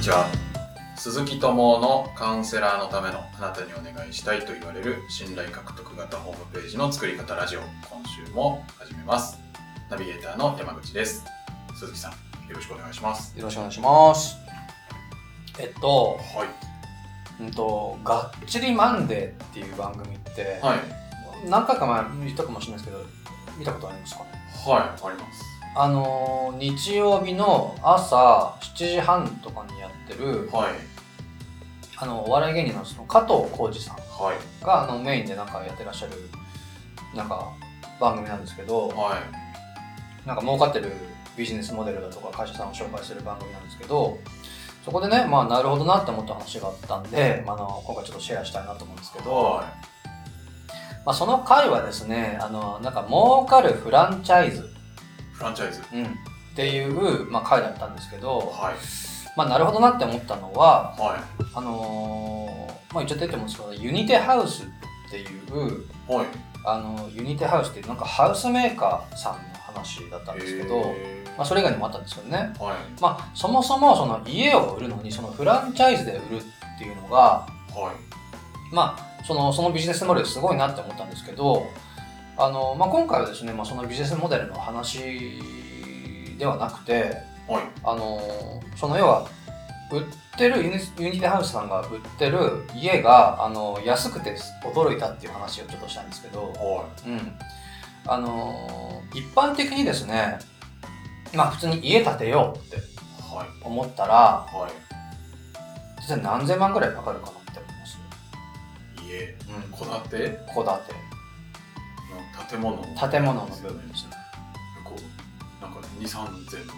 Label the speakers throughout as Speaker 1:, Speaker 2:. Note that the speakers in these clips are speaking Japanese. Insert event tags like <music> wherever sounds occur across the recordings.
Speaker 1: ちは鈴木智夫のカウンセラーのためのあなたにお願いしたいと言われる信頼獲得型ホームページの作り方ラジオ今週も始めますナビゲーターの山口です鈴木さんよろしくお願いします
Speaker 2: よろしくお願いします。えっと、
Speaker 1: はい
Speaker 2: うんと、がっちりマンデーっていう番組って、
Speaker 1: はい
Speaker 2: 何回か前言ったかもしれないですけど、見たことありますか
Speaker 1: はいあります
Speaker 2: あのー、日曜日の朝7時半とかにやってる、
Speaker 1: はい
Speaker 2: あの、お笑い芸人のその加藤浩次さん
Speaker 1: はい
Speaker 2: が、あの、メインでなんかやってらっしゃる、なんか、番組なんですけど、
Speaker 1: はい
Speaker 2: なんか儲かってるビジネスモデルだとか会社さんを紹介する番組なんですけどそこでねまあなるほどなって思った話があったんで、まあ、あの今回ちょっとシェアしたいなと思うんですけど、
Speaker 1: は
Speaker 2: まあ、その回はですねあのなんか儲かるフランチャイズ、
Speaker 1: いフランチャイズ
Speaker 2: うんっていう、まあ、回だったんですけど、
Speaker 1: はい
Speaker 2: まあ、なるほどなって思ったのは
Speaker 1: は
Speaker 2: あのーまあ、言っちゃっていいと思うんですけどユニテハウスっていう
Speaker 1: いはい
Speaker 2: あのユニテハウスっていうなんかハウスメーカーさんの話だったんですけど、
Speaker 1: えー
Speaker 2: まあ、それ以外にもあったんですけどね
Speaker 1: はい
Speaker 2: まあ、そもそもその家を売るのにそのフランチャイズで売るっていうのが、
Speaker 1: はい
Speaker 2: まあ、そのそのビジネスモデルすごいなって思ったんですけどあの、まあ、今回はですね、まあ、そのビジネスモデルの話ではなくて
Speaker 1: はい
Speaker 2: あのその要は売ってるユニユニティハウスさんが売ってる家があの安くて驚いたっていう話をちょっとしたいんですけど。
Speaker 1: は
Speaker 2: うん、あの一般的にですねまあ普通に家建てようって
Speaker 1: いはい
Speaker 2: 思ったら
Speaker 1: は
Speaker 2: 実際何千万ぐらいかかるかなって思います、
Speaker 1: い家
Speaker 2: うん、
Speaker 1: 戸建て
Speaker 2: 戸建
Speaker 1: の建物
Speaker 2: て建物の部分ですね
Speaker 1: こうなんか2 3千万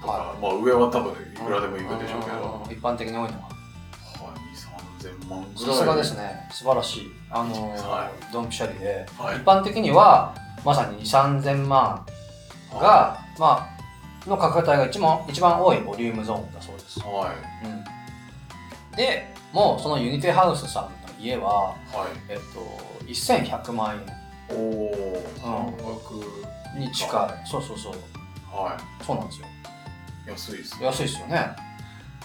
Speaker 1: とか、
Speaker 2: は
Speaker 1: まあ上は多分いくらでもいくでしょうけど、
Speaker 2: うん一般的に多いの
Speaker 1: は
Speaker 2: は
Speaker 1: い、2 3千万ぐら
Speaker 2: さ
Speaker 1: い
Speaker 2: すがですね素晴らしいあのー
Speaker 1: は
Speaker 2: ドンピシャリで
Speaker 1: はい
Speaker 2: 一般的にはまさに2 3千万が、
Speaker 1: は
Speaker 2: まあの価格帯が一番一番多いボリュームゾーンだそうです
Speaker 1: い、、はい
Speaker 2: うん、でもうそのユニティハウスさんの家は、
Speaker 1: は
Speaker 2: えっと、1100万
Speaker 1: い、おお半
Speaker 2: うん
Speaker 1: 額、
Speaker 2: 円に近いそうそうそう
Speaker 1: は
Speaker 2: そうなんですよ
Speaker 1: い安いですね
Speaker 2: 安いですよね。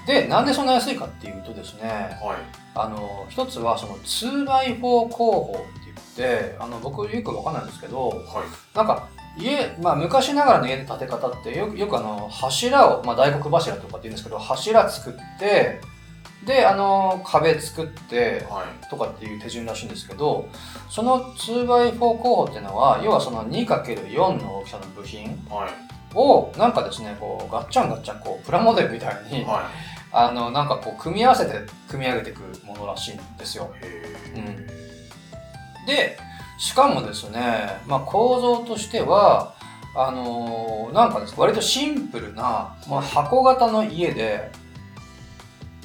Speaker 2: で、なんでそんな安いかっていうとですね、
Speaker 1: はい
Speaker 2: あの、一つはその 2x4 工法って言って、あの、僕よくわかんないんですけど、
Speaker 1: はい
Speaker 2: なんか、家、まあ、昔ながらの家の建て方ってよく、よくあの、柱を、まあ、大黒柱とかって言うんですけど、柱作って、で、あの、壁作って、
Speaker 1: はい
Speaker 2: とかっていう手順らしいんですけど、その 2x4 工法っていうのは、要はその 2×4 の大きさの部品
Speaker 1: はい
Speaker 2: を、なんかですね、こう、ガッチャンガッチャン、こう、プラモデルみたいに、
Speaker 1: は
Speaker 2: あのなんかこう組み合わせて組み上げていくものらしいんですよ。
Speaker 1: いへえ、
Speaker 2: でしかもですね、まあ、構造としてはあのーなんかです割とシンプルな、まあ、箱型の家で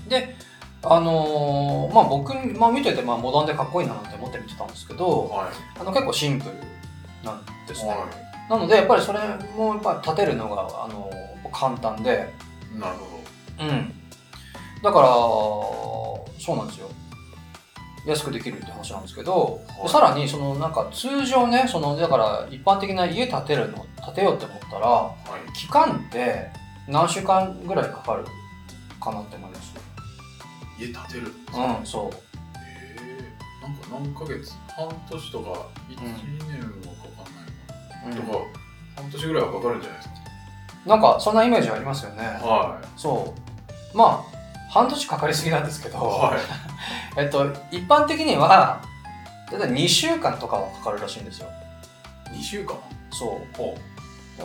Speaker 2: であのーまあ僕、まあ、見ててまあモダンでかっこいいなって思って見てたんですけど
Speaker 1: は
Speaker 2: あの結構シンプルなんで
Speaker 1: い
Speaker 2: すね。
Speaker 1: は
Speaker 2: なのでやっぱりそれもやっぱり建てるのが、あのー簡単で。
Speaker 1: いなるほ
Speaker 2: うん。だから、そうなんですよ。安くできるって話なんですけど、
Speaker 1: はい
Speaker 2: さらに、そのなんか通常ね、そのだから一般的な家建てるの、建てようって思ったら、
Speaker 1: どはい
Speaker 2: 期間って何週間ぐらいかかるかなって思います。
Speaker 1: 家建てるんですか、
Speaker 2: うん、そう。
Speaker 1: へえなんか何ヶ月半年とか一
Speaker 2: うん
Speaker 1: 2年はかかんないか
Speaker 2: う
Speaker 1: な、
Speaker 2: ん
Speaker 1: とか半年ぐらいはかかるんじゃないですか
Speaker 2: なんかそんなイメージありますよね。
Speaker 1: はい
Speaker 2: そう。まあ、半年かかりすぎなんですけど、
Speaker 1: はい
Speaker 2: えっと、一般的には、だいたい2週間とかはかかるらしいんですよ。
Speaker 1: 2週間
Speaker 2: そう。
Speaker 1: ほ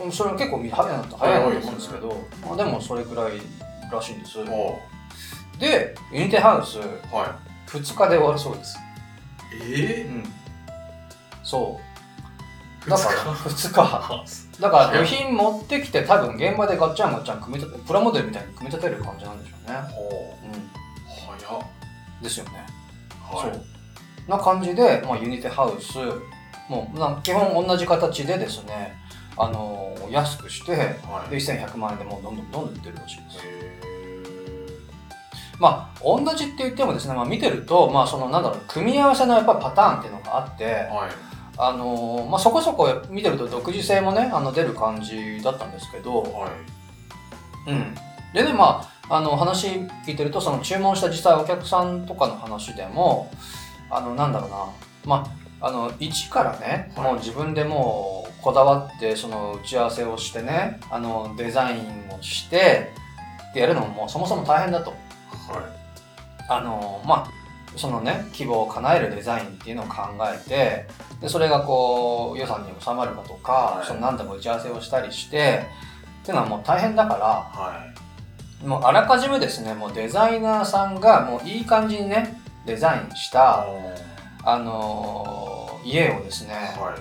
Speaker 2: うんそれも結構み早いなと早いなと思うんですけど、まあ、でもそれくらいらしいんです
Speaker 1: うほ
Speaker 2: でユニティハウス
Speaker 1: うは
Speaker 2: 2日で終わるそうです
Speaker 1: いえ
Speaker 2: う
Speaker 1: え
Speaker 2: んそ
Speaker 1: ー、
Speaker 2: うだ
Speaker 1: 二
Speaker 2: か
Speaker 1: 日
Speaker 2: ら2日
Speaker 1: は
Speaker 2: だから部品持ってきて多分現場でガッチャンガッチャン組み立てプラモデルみたいに組み立てる感じなんでしょうね
Speaker 1: ほ
Speaker 2: う
Speaker 1: う早っ
Speaker 2: んですよね、
Speaker 1: はい
Speaker 2: そうな感じで、まあ、ユニティハウスもうな基本同じ形でですねあのー安くしてで
Speaker 1: はい
Speaker 2: 1100万円でもうどんどんどんどん売ってるらしいです
Speaker 1: へ
Speaker 2: まあ、同じって言ってもですね、まあ、見てると、まあ、その、なんだろう、組み合わせのやっぱりパターンっていうのがあって
Speaker 1: え、はい
Speaker 2: あのーまあ、そこそこ見てると独自性もね、あの、出る感じだったんですけど、
Speaker 1: はい
Speaker 2: うん。でね、まあ、あの話聞いてるとその注文した実際お客さんとかの話でもあのなんだろうなまああの一からね、
Speaker 1: はい
Speaker 2: もう自分でもうこだわってその打ち合わせをしてねあのデザインをしてってやるのももうそもそも大変だと
Speaker 1: は
Speaker 2: あのまあそのね希望を叶えるデザインっていうのを考えてでそれがこう予算に収まるかとか、
Speaker 1: はい
Speaker 2: その何度も打ち合わせをしたりしてっていうのはもう大変だか
Speaker 1: い。
Speaker 2: ら
Speaker 1: はい。
Speaker 2: もうあらかじめですねもうデザイナーさんがもういい感じにねデザインした、あのー家をですね
Speaker 1: は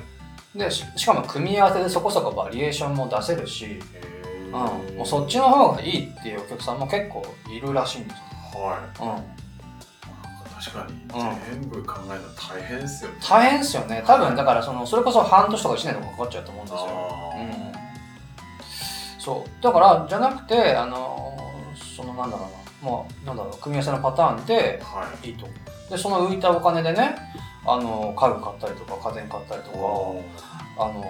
Speaker 1: い。
Speaker 2: でししかも組み合わせでそこそこバリエーションも出せるし、
Speaker 1: へ
Speaker 2: う
Speaker 1: ー
Speaker 2: ん、もうそっちの方がいいっていうお客さんも結構いるらしいんです
Speaker 1: は
Speaker 2: よ、うん、
Speaker 1: い。確かに、全部考えるの大変ですよね。
Speaker 2: 大変ですよね多分だからそのそれこそ半年とか1年とかかかっちゃうと思うんですよ
Speaker 1: あー
Speaker 2: うん、そうだからじゃなくてあのそのなんだろうな,、まあ、なんだろう組み合わせのパターンで
Speaker 1: はい
Speaker 2: いとでその浮いたお金でねあの家具買ったりとか家電買ったりと
Speaker 1: い。
Speaker 2: かあの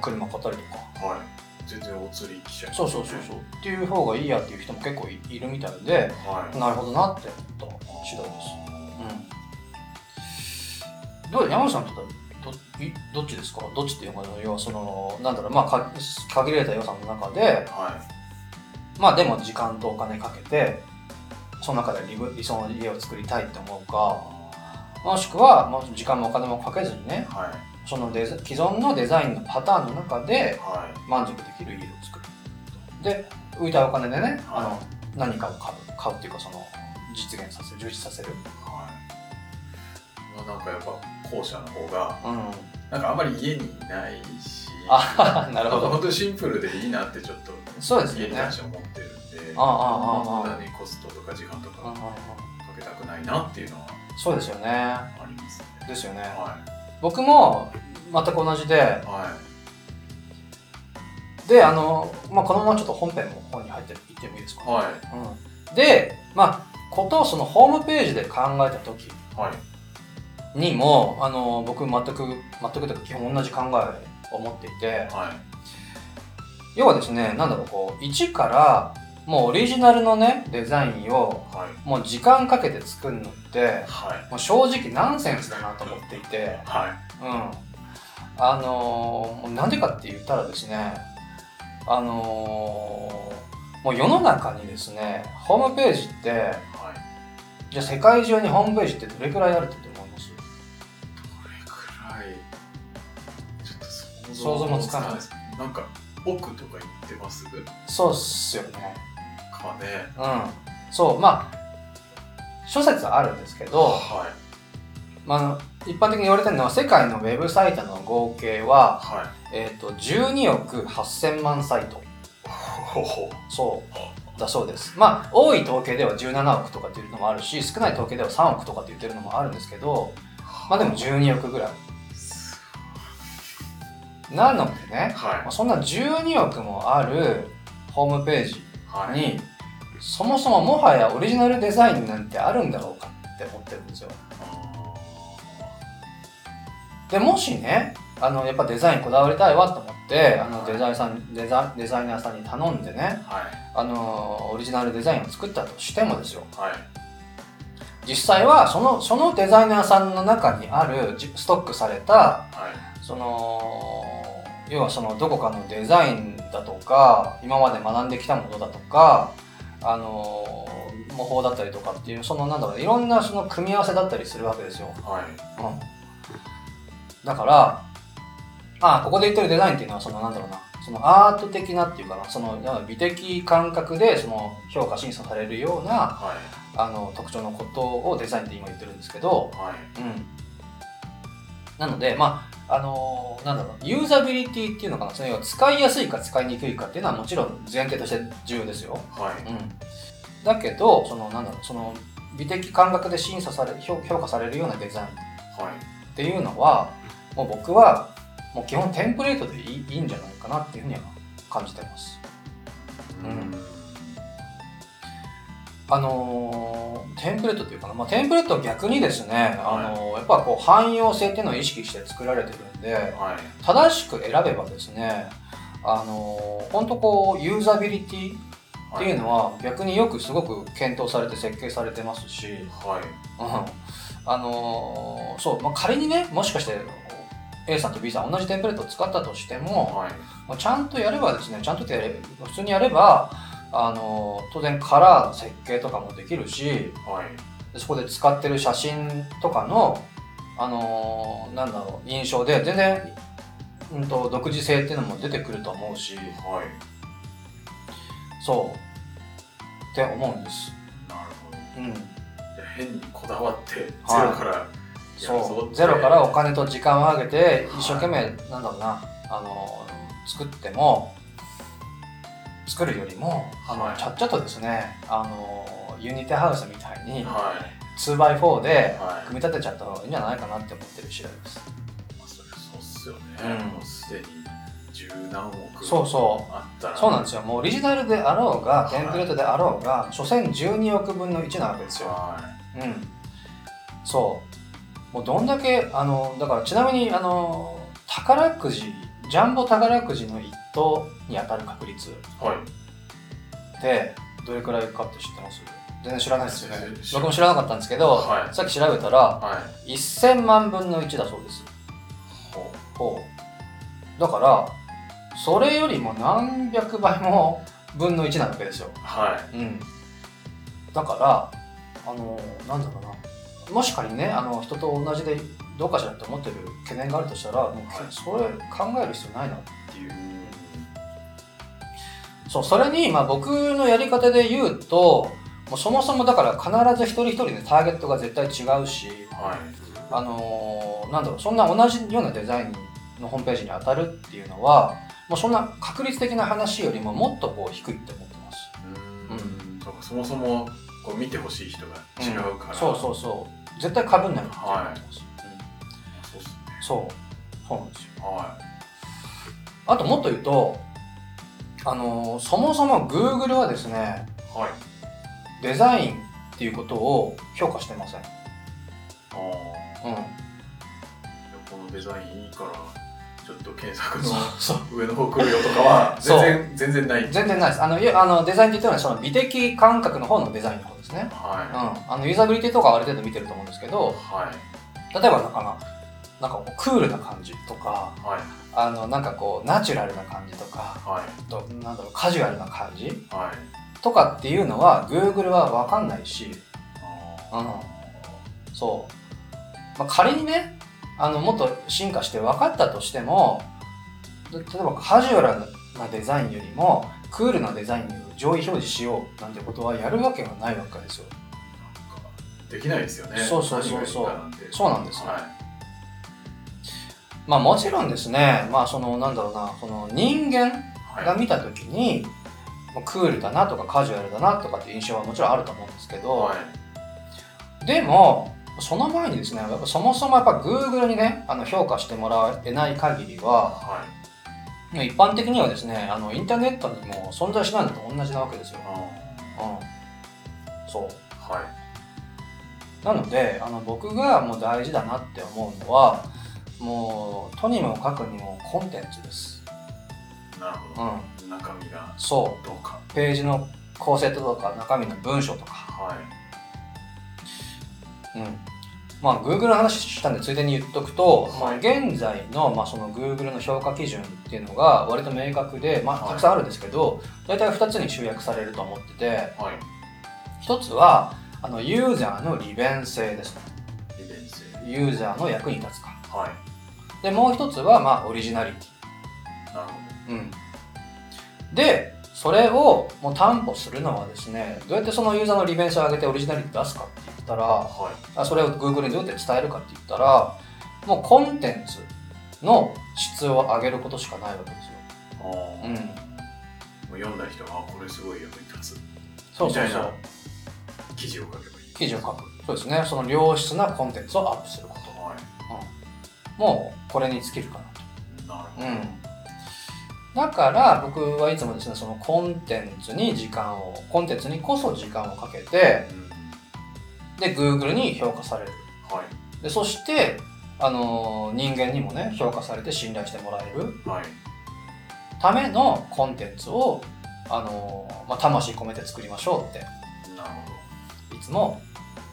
Speaker 2: 車買ったりとか
Speaker 1: はい。全然お釣り来ちゃいます
Speaker 2: そうそうそうそうっていう方がいいやっていう人も結構いいるみたいで
Speaker 1: はい。
Speaker 2: なるほどなって思った次第です、うん、どう山口さんとどいどっちですかどっちっていうか要はそのなんだろうまあか限られた予算の中で
Speaker 1: はい。
Speaker 2: まあでも時間とお金かけてその中で理理想の家を作りたいって思うかもしくはもう時間もお金もかけずにね
Speaker 1: はい。
Speaker 2: そのデザ既存のデザインのパターンの中で
Speaker 1: はい。
Speaker 2: 満足できる家を作るで浮いたお金でねあの何かを買う買うっていうかその実現させる充実させる
Speaker 1: はい。まあ、なんかやっぱ後者の方が、
Speaker 2: うん
Speaker 1: なんかあんまり家にいないし、
Speaker 2: あなる
Speaker 1: なんか
Speaker 2: ほど
Speaker 1: 本当にシンプルでいいなってちょっと
Speaker 2: そうです
Speaker 1: 家
Speaker 2: よ
Speaker 1: に
Speaker 2: ねあ
Speaker 1: 関して思ってるんで、
Speaker 2: あ
Speaker 1: 無
Speaker 2: ああああ
Speaker 1: 駄にコストとか時間と
Speaker 2: ああ
Speaker 1: かか
Speaker 2: あ
Speaker 1: けたくないなっていうのは
Speaker 2: そうですよね
Speaker 1: ありますね。
Speaker 2: ですよね
Speaker 1: は
Speaker 2: 僕も全く同じで
Speaker 1: い。は
Speaker 2: であの、まあ、このままちょっと本編の方に入っていってもいいですか、
Speaker 1: い。はい。
Speaker 2: うん、でまあことをそのホームページで考えた時
Speaker 1: はい。
Speaker 2: にもあの僕全く全くというか基本同じ考えを持っていて
Speaker 1: はい。
Speaker 2: 要はですねなんだろうこう一からもうオリジナルのねデザインを
Speaker 1: はい。
Speaker 2: もう時間かけて作るのって
Speaker 1: はい。
Speaker 2: もう正直ナンセンスだなと思っていて
Speaker 1: はい。
Speaker 2: うんあのーもうなんでかって言ったらですねあのーもう世の中にですねホームページって
Speaker 1: はい。
Speaker 2: じゃあ世界中にホームページってどれくらいあるって思います
Speaker 1: これくらいちょっと想
Speaker 2: 想像もつかない
Speaker 1: ですなんか奥とか言ってますかね
Speaker 2: そうっすよね
Speaker 1: ね
Speaker 2: うんそうまあ諸説あるんですけど、
Speaker 1: はい
Speaker 2: まああの、一般的に言われてるのは世界のウェブサイトの合計は、
Speaker 1: はい
Speaker 2: えっと12億8000万サイト
Speaker 1: ほほ
Speaker 2: そうだそうですまあ多い統計では17億とかっていうのもあるし少ない統計では3億とかって言ってるのもあるんですけどまあでも12億ぐらいなのでねま
Speaker 1: は
Speaker 2: あそんな12億もあるホームページ
Speaker 1: いはい
Speaker 2: にそもそももはやオリジナルデザインなんてあるんだろうかって思ってるんですよでもしねあのやっぱデザインこだわりたいわと思ってあのデザインさんデザデザイナーさんに頼んでね
Speaker 1: はい
Speaker 2: あのオリジナルデザインを作ったとしてもですよ
Speaker 1: はい
Speaker 2: 実際はそのそのデザイナーさんの中にあるじストックされた
Speaker 1: はい
Speaker 2: その要はそのどこかのデザインだとか今まで学んできたものだとかあの模倣だったりとかっていうそのなんだろういろんなその組み合わせだったりするわけですよ。
Speaker 1: はい
Speaker 2: うん、だからあここで言ってるデザインっていうのはそのなんだろうなそのアート的なっていうかなそのなんか美的感覚でその評価審査されるような
Speaker 1: はい
Speaker 2: あの特徴のことをデザインって今言ってるんですけど、
Speaker 1: はい
Speaker 2: うん、なのでまああのなんだろうユーザビリティっていうのかなその要は使いやすいか使いにくいかっていうのはもちろん前提として重要ですよ。
Speaker 1: はい
Speaker 2: うん、だけどそのなんだろうその美的感覚で審査され評評価されるようなデザイン
Speaker 1: はい
Speaker 2: っていうのはもう僕はもう基本テンプレートでいいいいんじゃないかなっていうふうには感じてます。うんあのーテンプレートっていうかな、まあ、テンプレートは逆にですね、あのーやっぱこう汎用性っていうのを意識して作られてるんで
Speaker 1: はい
Speaker 2: 正しく選べばですねあのー、ほんとこうユーザビリティっていうのは逆によくすごく検討されて設計されてますし、うん、
Speaker 1: はい。
Speaker 2: あのーそう、まあ、仮にねもしかして A さんと B さん同じテンプレートを使ったとしても、
Speaker 1: はい。
Speaker 2: まあちゃんとやればですねちゃんとってやれ普通にやれば、あのー当然カラーの設計とかもできるし
Speaker 1: はい。
Speaker 2: でそこで使ってる写真とかの、あのーなんだろう印象で全然、うん、と独自性っていうのも出てくると思うし
Speaker 1: はい。
Speaker 2: そうって思うんです。
Speaker 1: なるほど。
Speaker 2: うん
Speaker 1: いや変にこだわってゼロ
Speaker 2: はい
Speaker 1: からやるぞ
Speaker 2: そ
Speaker 1: っ
Speaker 2: う
Speaker 1: て
Speaker 2: ゼロからお金と時間をかけて一生懸命なんだろうなあの作っても作るよりもあの、
Speaker 1: はい
Speaker 2: ちゃっちゃとですねあのユニティハウスみたいに
Speaker 1: はい。
Speaker 2: 2x4 で
Speaker 1: はい
Speaker 2: 組み立てちゃった方がいいんじゃないかなって思ってる次第です、
Speaker 1: まあそれそうっすよね、
Speaker 2: うん
Speaker 1: もうすでに十何億
Speaker 2: そうそう
Speaker 1: あったら
Speaker 2: そうなん
Speaker 1: す
Speaker 2: ですよもうオリジナルであろうが
Speaker 1: はい
Speaker 2: テンプレートであろうが所詮12億分の1なわけですよ
Speaker 1: は
Speaker 2: うん、そうもうどんだけあのだからちなみにあの宝くじジャンボ宝くじの一等に当たる確率っ
Speaker 1: いはい
Speaker 2: てどれくらいかって知ってます全然知らないですよね
Speaker 1: 全然知らない
Speaker 2: 僕も知らなかったんですけど、
Speaker 1: はい
Speaker 2: さっき調べたら
Speaker 1: は
Speaker 2: 1000万分の1だそうです
Speaker 1: いほう
Speaker 2: ほうだからそれよりも何百倍も分の1なわけですよ
Speaker 1: はい
Speaker 2: うん、だからあのなんだろうなもし仮にねあの人と同じでどうかしらって思ってる懸念があるとしたらもう、
Speaker 1: はい
Speaker 2: それ考える必要ないな
Speaker 1: っていう
Speaker 2: そうそれに、まあ、僕のやり方で言うともうそもそもだから必ず一人一人でターゲットが絶対違うし
Speaker 1: はい
Speaker 2: あのなんだろうそんな同じようなデザインのホームページに当たるっていうのはもうそんな確率的な話よりももっとこう低いって思ってます。
Speaker 1: うーんそうかそもそもこう見てほしい人が違うから、
Speaker 2: そうそうそう絶対かぶんないって思ってます、うん
Speaker 1: そうっすね
Speaker 2: そうそうなんですよ
Speaker 1: は
Speaker 2: あともっと言うとあのーそもそも Google はですね
Speaker 1: いはい
Speaker 2: デザインっていうことを評価してません、
Speaker 1: ああ
Speaker 2: う
Speaker 1: このデザインいいからちょっと検索
Speaker 2: ん、
Speaker 1: の
Speaker 2: そう
Speaker 1: 上の方来るよとかは
Speaker 2: そ
Speaker 1: 全然
Speaker 2: う
Speaker 1: 全然ない
Speaker 2: 全然ないですあのいやあのデザインって言ったのはその美的感覚の方のデザインの方ですね、うん、
Speaker 1: は
Speaker 2: あのユーザビリティとかはある程度見てると思うんですけ
Speaker 1: い
Speaker 2: ど
Speaker 1: はい
Speaker 2: 例えばなんかななんかこうクールな感じとか
Speaker 1: はい
Speaker 2: あのなんかこうナチュラルな感じとか
Speaker 1: はい
Speaker 2: あとなんだろうカジュアルな感じ
Speaker 1: はい
Speaker 2: とかっていうのは Google は分かんないし
Speaker 1: あ
Speaker 2: うん、そう、まあ、仮にねあのもっと進化して分かったとしても例えばカジュアルなデザインよりもクールなデザインを上位表示しようなんてことはやるわけがないわけですよ
Speaker 1: ーなんかできないですよね
Speaker 2: そうそうそうそう
Speaker 1: 何がいいかなんて
Speaker 2: そうなんですよ、
Speaker 1: はい
Speaker 2: まあもちろんですねまあそのなんだろうなその人間
Speaker 1: はい
Speaker 2: が見た時に、まあクールだなとかカジュアルだなとかって印象はもちろんあると思うんですけど、
Speaker 1: はい
Speaker 2: でもその前にですねやっぱそもそもやっぱ Google にねあの評価してもらえない限りは
Speaker 1: はい
Speaker 2: 一般的にはですねあのインターネットにも存在しないのと同じなわけですよ、
Speaker 1: あ
Speaker 2: うん、そう
Speaker 1: ーはい
Speaker 2: なのであの僕がもう大事だなって思うのはもうとにもかくにもコンテンツです、
Speaker 1: なる
Speaker 2: う
Speaker 1: ほ
Speaker 2: ん、
Speaker 1: ど中身が
Speaker 2: そ
Speaker 1: どうか
Speaker 2: うページの構成とか中身の文章とか、
Speaker 1: はい
Speaker 2: うんまあ、Google の話したんでついでに言っとくと、
Speaker 1: はい
Speaker 2: まあ現在の,、まあその Google の評価基準っていうのが割と明確で、ま
Speaker 1: は
Speaker 2: あ、
Speaker 1: い
Speaker 2: たくさんあるんですけど、大体2つに集約されると思ってて
Speaker 1: はい
Speaker 2: 一つはあのユーザーの利便性ですね
Speaker 1: 利便性
Speaker 2: ユーザーの役に立つか
Speaker 1: はい
Speaker 2: でもう一つはまあオリジナリテ
Speaker 1: なるほ
Speaker 2: ィ、うん、でそれをもう担保するのはですねどうやってそのユーザーの利便性を上げてオリジナリティ出すかって言ったら
Speaker 1: どはい
Speaker 2: あそれを Google にどうやって伝えるかって言ったらもうコンテンツの質を上げることしかないわけですよ。
Speaker 1: あー
Speaker 2: うん
Speaker 1: もう読んだ人があこれすごい役に立つ
Speaker 2: そう
Speaker 1: み
Speaker 2: そ
Speaker 1: た
Speaker 2: う
Speaker 1: い
Speaker 2: そ
Speaker 1: な
Speaker 2: う。
Speaker 1: 記事を書けばいい
Speaker 2: 記事を書く。そうですね。その良質なコンテンツをアップするこ
Speaker 1: は
Speaker 2: と。もうこれに尽きるかなと。
Speaker 1: いなるほ
Speaker 2: う
Speaker 1: ど
Speaker 2: ん。だから僕はいつもですね、そのコンテンツに時間を、コンテンツにこそ時間をかけて、
Speaker 1: うん
Speaker 2: で、Google に評価される。
Speaker 1: はい
Speaker 2: で、そして、あのー人間にもね、評価されて信頼してもらえる。
Speaker 1: はい
Speaker 2: ためのコンテンツをあの、まあ、魂込めて作りましょうって、
Speaker 1: なるほ
Speaker 2: いつも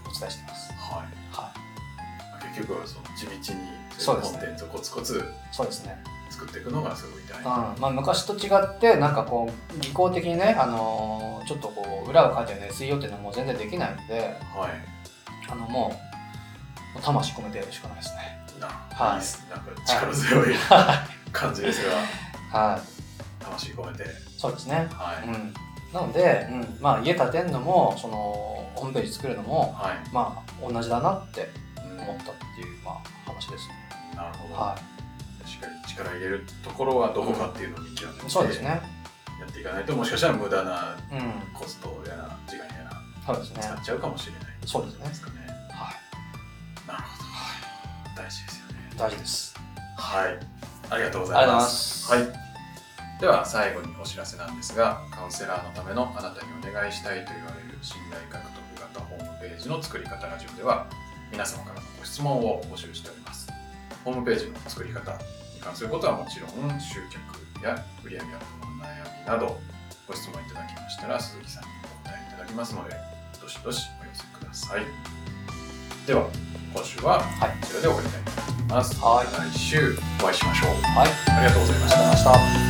Speaker 2: お伝えしてます。
Speaker 1: ど。はい。
Speaker 2: はい。
Speaker 1: 結局はその地道に
Speaker 2: そうです
Speaker 1: コ
Speaker 2: ね
Speaker 1: ンテンツをコツコツ
Speaker 2: そうですね。
Speaker 1: 作っていくのがすごい大
Speaker 2: うん。
Speaker 1: 事。
Speaker 2: まあ、昔と違って、なんかこう、技巧的にね、あの、ちょっとこう、裏を書いてね、水曜っていうのはもう全然できないの
Speaker 1: は
Speaker 2: で、
Speaker 1: い。
Speaker 2: あの、もう、もう魂込めてやるしかないです <laughs> ね。
Speaker 1: な、
Speaker 2: はい
Speaker 1: いいっす。なんか力強い
Speaker 2: は
Speaker 1: 感じですが、
Speaker 2: い。はい。
Speaker 1: 魂込めて。
Speaker 2: そうですね。
Speaker 1: は
Speaker 2: う
Speaker 1: い。
Speaker 2: ん。なので、うん、まあ、家建てんのも、その、ホームページ作るのも、
Speaker 1: はい。
Speaker 2: まあ、同じだなって
Speaker 1: うん
Speaker 2: 思ったっていう、まあ、話ですね。
Speaker 1: なるほど。
Speaker 2: は
Speaker 1: しっかり力入れるところはどこかっていうのを見極め
Speaker 2: い。
Speaker 1: て
Speaker 2: そうですね。
Speaker 1: やっていかないともしかしたら無駄な
Speaker 2: うん。
Speaker 1: コストやら時間やら
Speaker 2: そうですね。
Speaker 1: 使っちゃうかもしれない
Speaker 2: そうですね
Speaker 1: ですかね
Speaker 2: は
Speaker 1: なるほど大事ですよね
Speaker 2: い。大事です。
Speaker 1: はいありがとうござ
Speaker 2: ありがとうござ
Speaker 1: い
Speaker 2: い
Speaker 1: ま
Speaker 2: ますす。
Speaker 1: はい。では最後にお知らせなんですがカウンセラーのためのあなたにお願いしたいと言われる信頼獲得型ホームページの作り方ラジオでは皆様からのご質問を募集しておりますホームページの作り方に関することはもちろん集客や売上アップのお悩みなどご質問いただきましたら鈴木さんにお答えいただきますのでどしどしお寄せくださいでは今週は
Speaker 2: はい
Speaker 1: こちらで終わりたいと思います、
Speaker 2: はい
Speaker 1: 来週お会いしましょう
Speaker 2: はい。
Speaker 1: ありがとうございま
Speaker 2: あり
Speaker 1: し
Speaker 2: がとうござ
Speaker 1: た
Speaker 2: いました。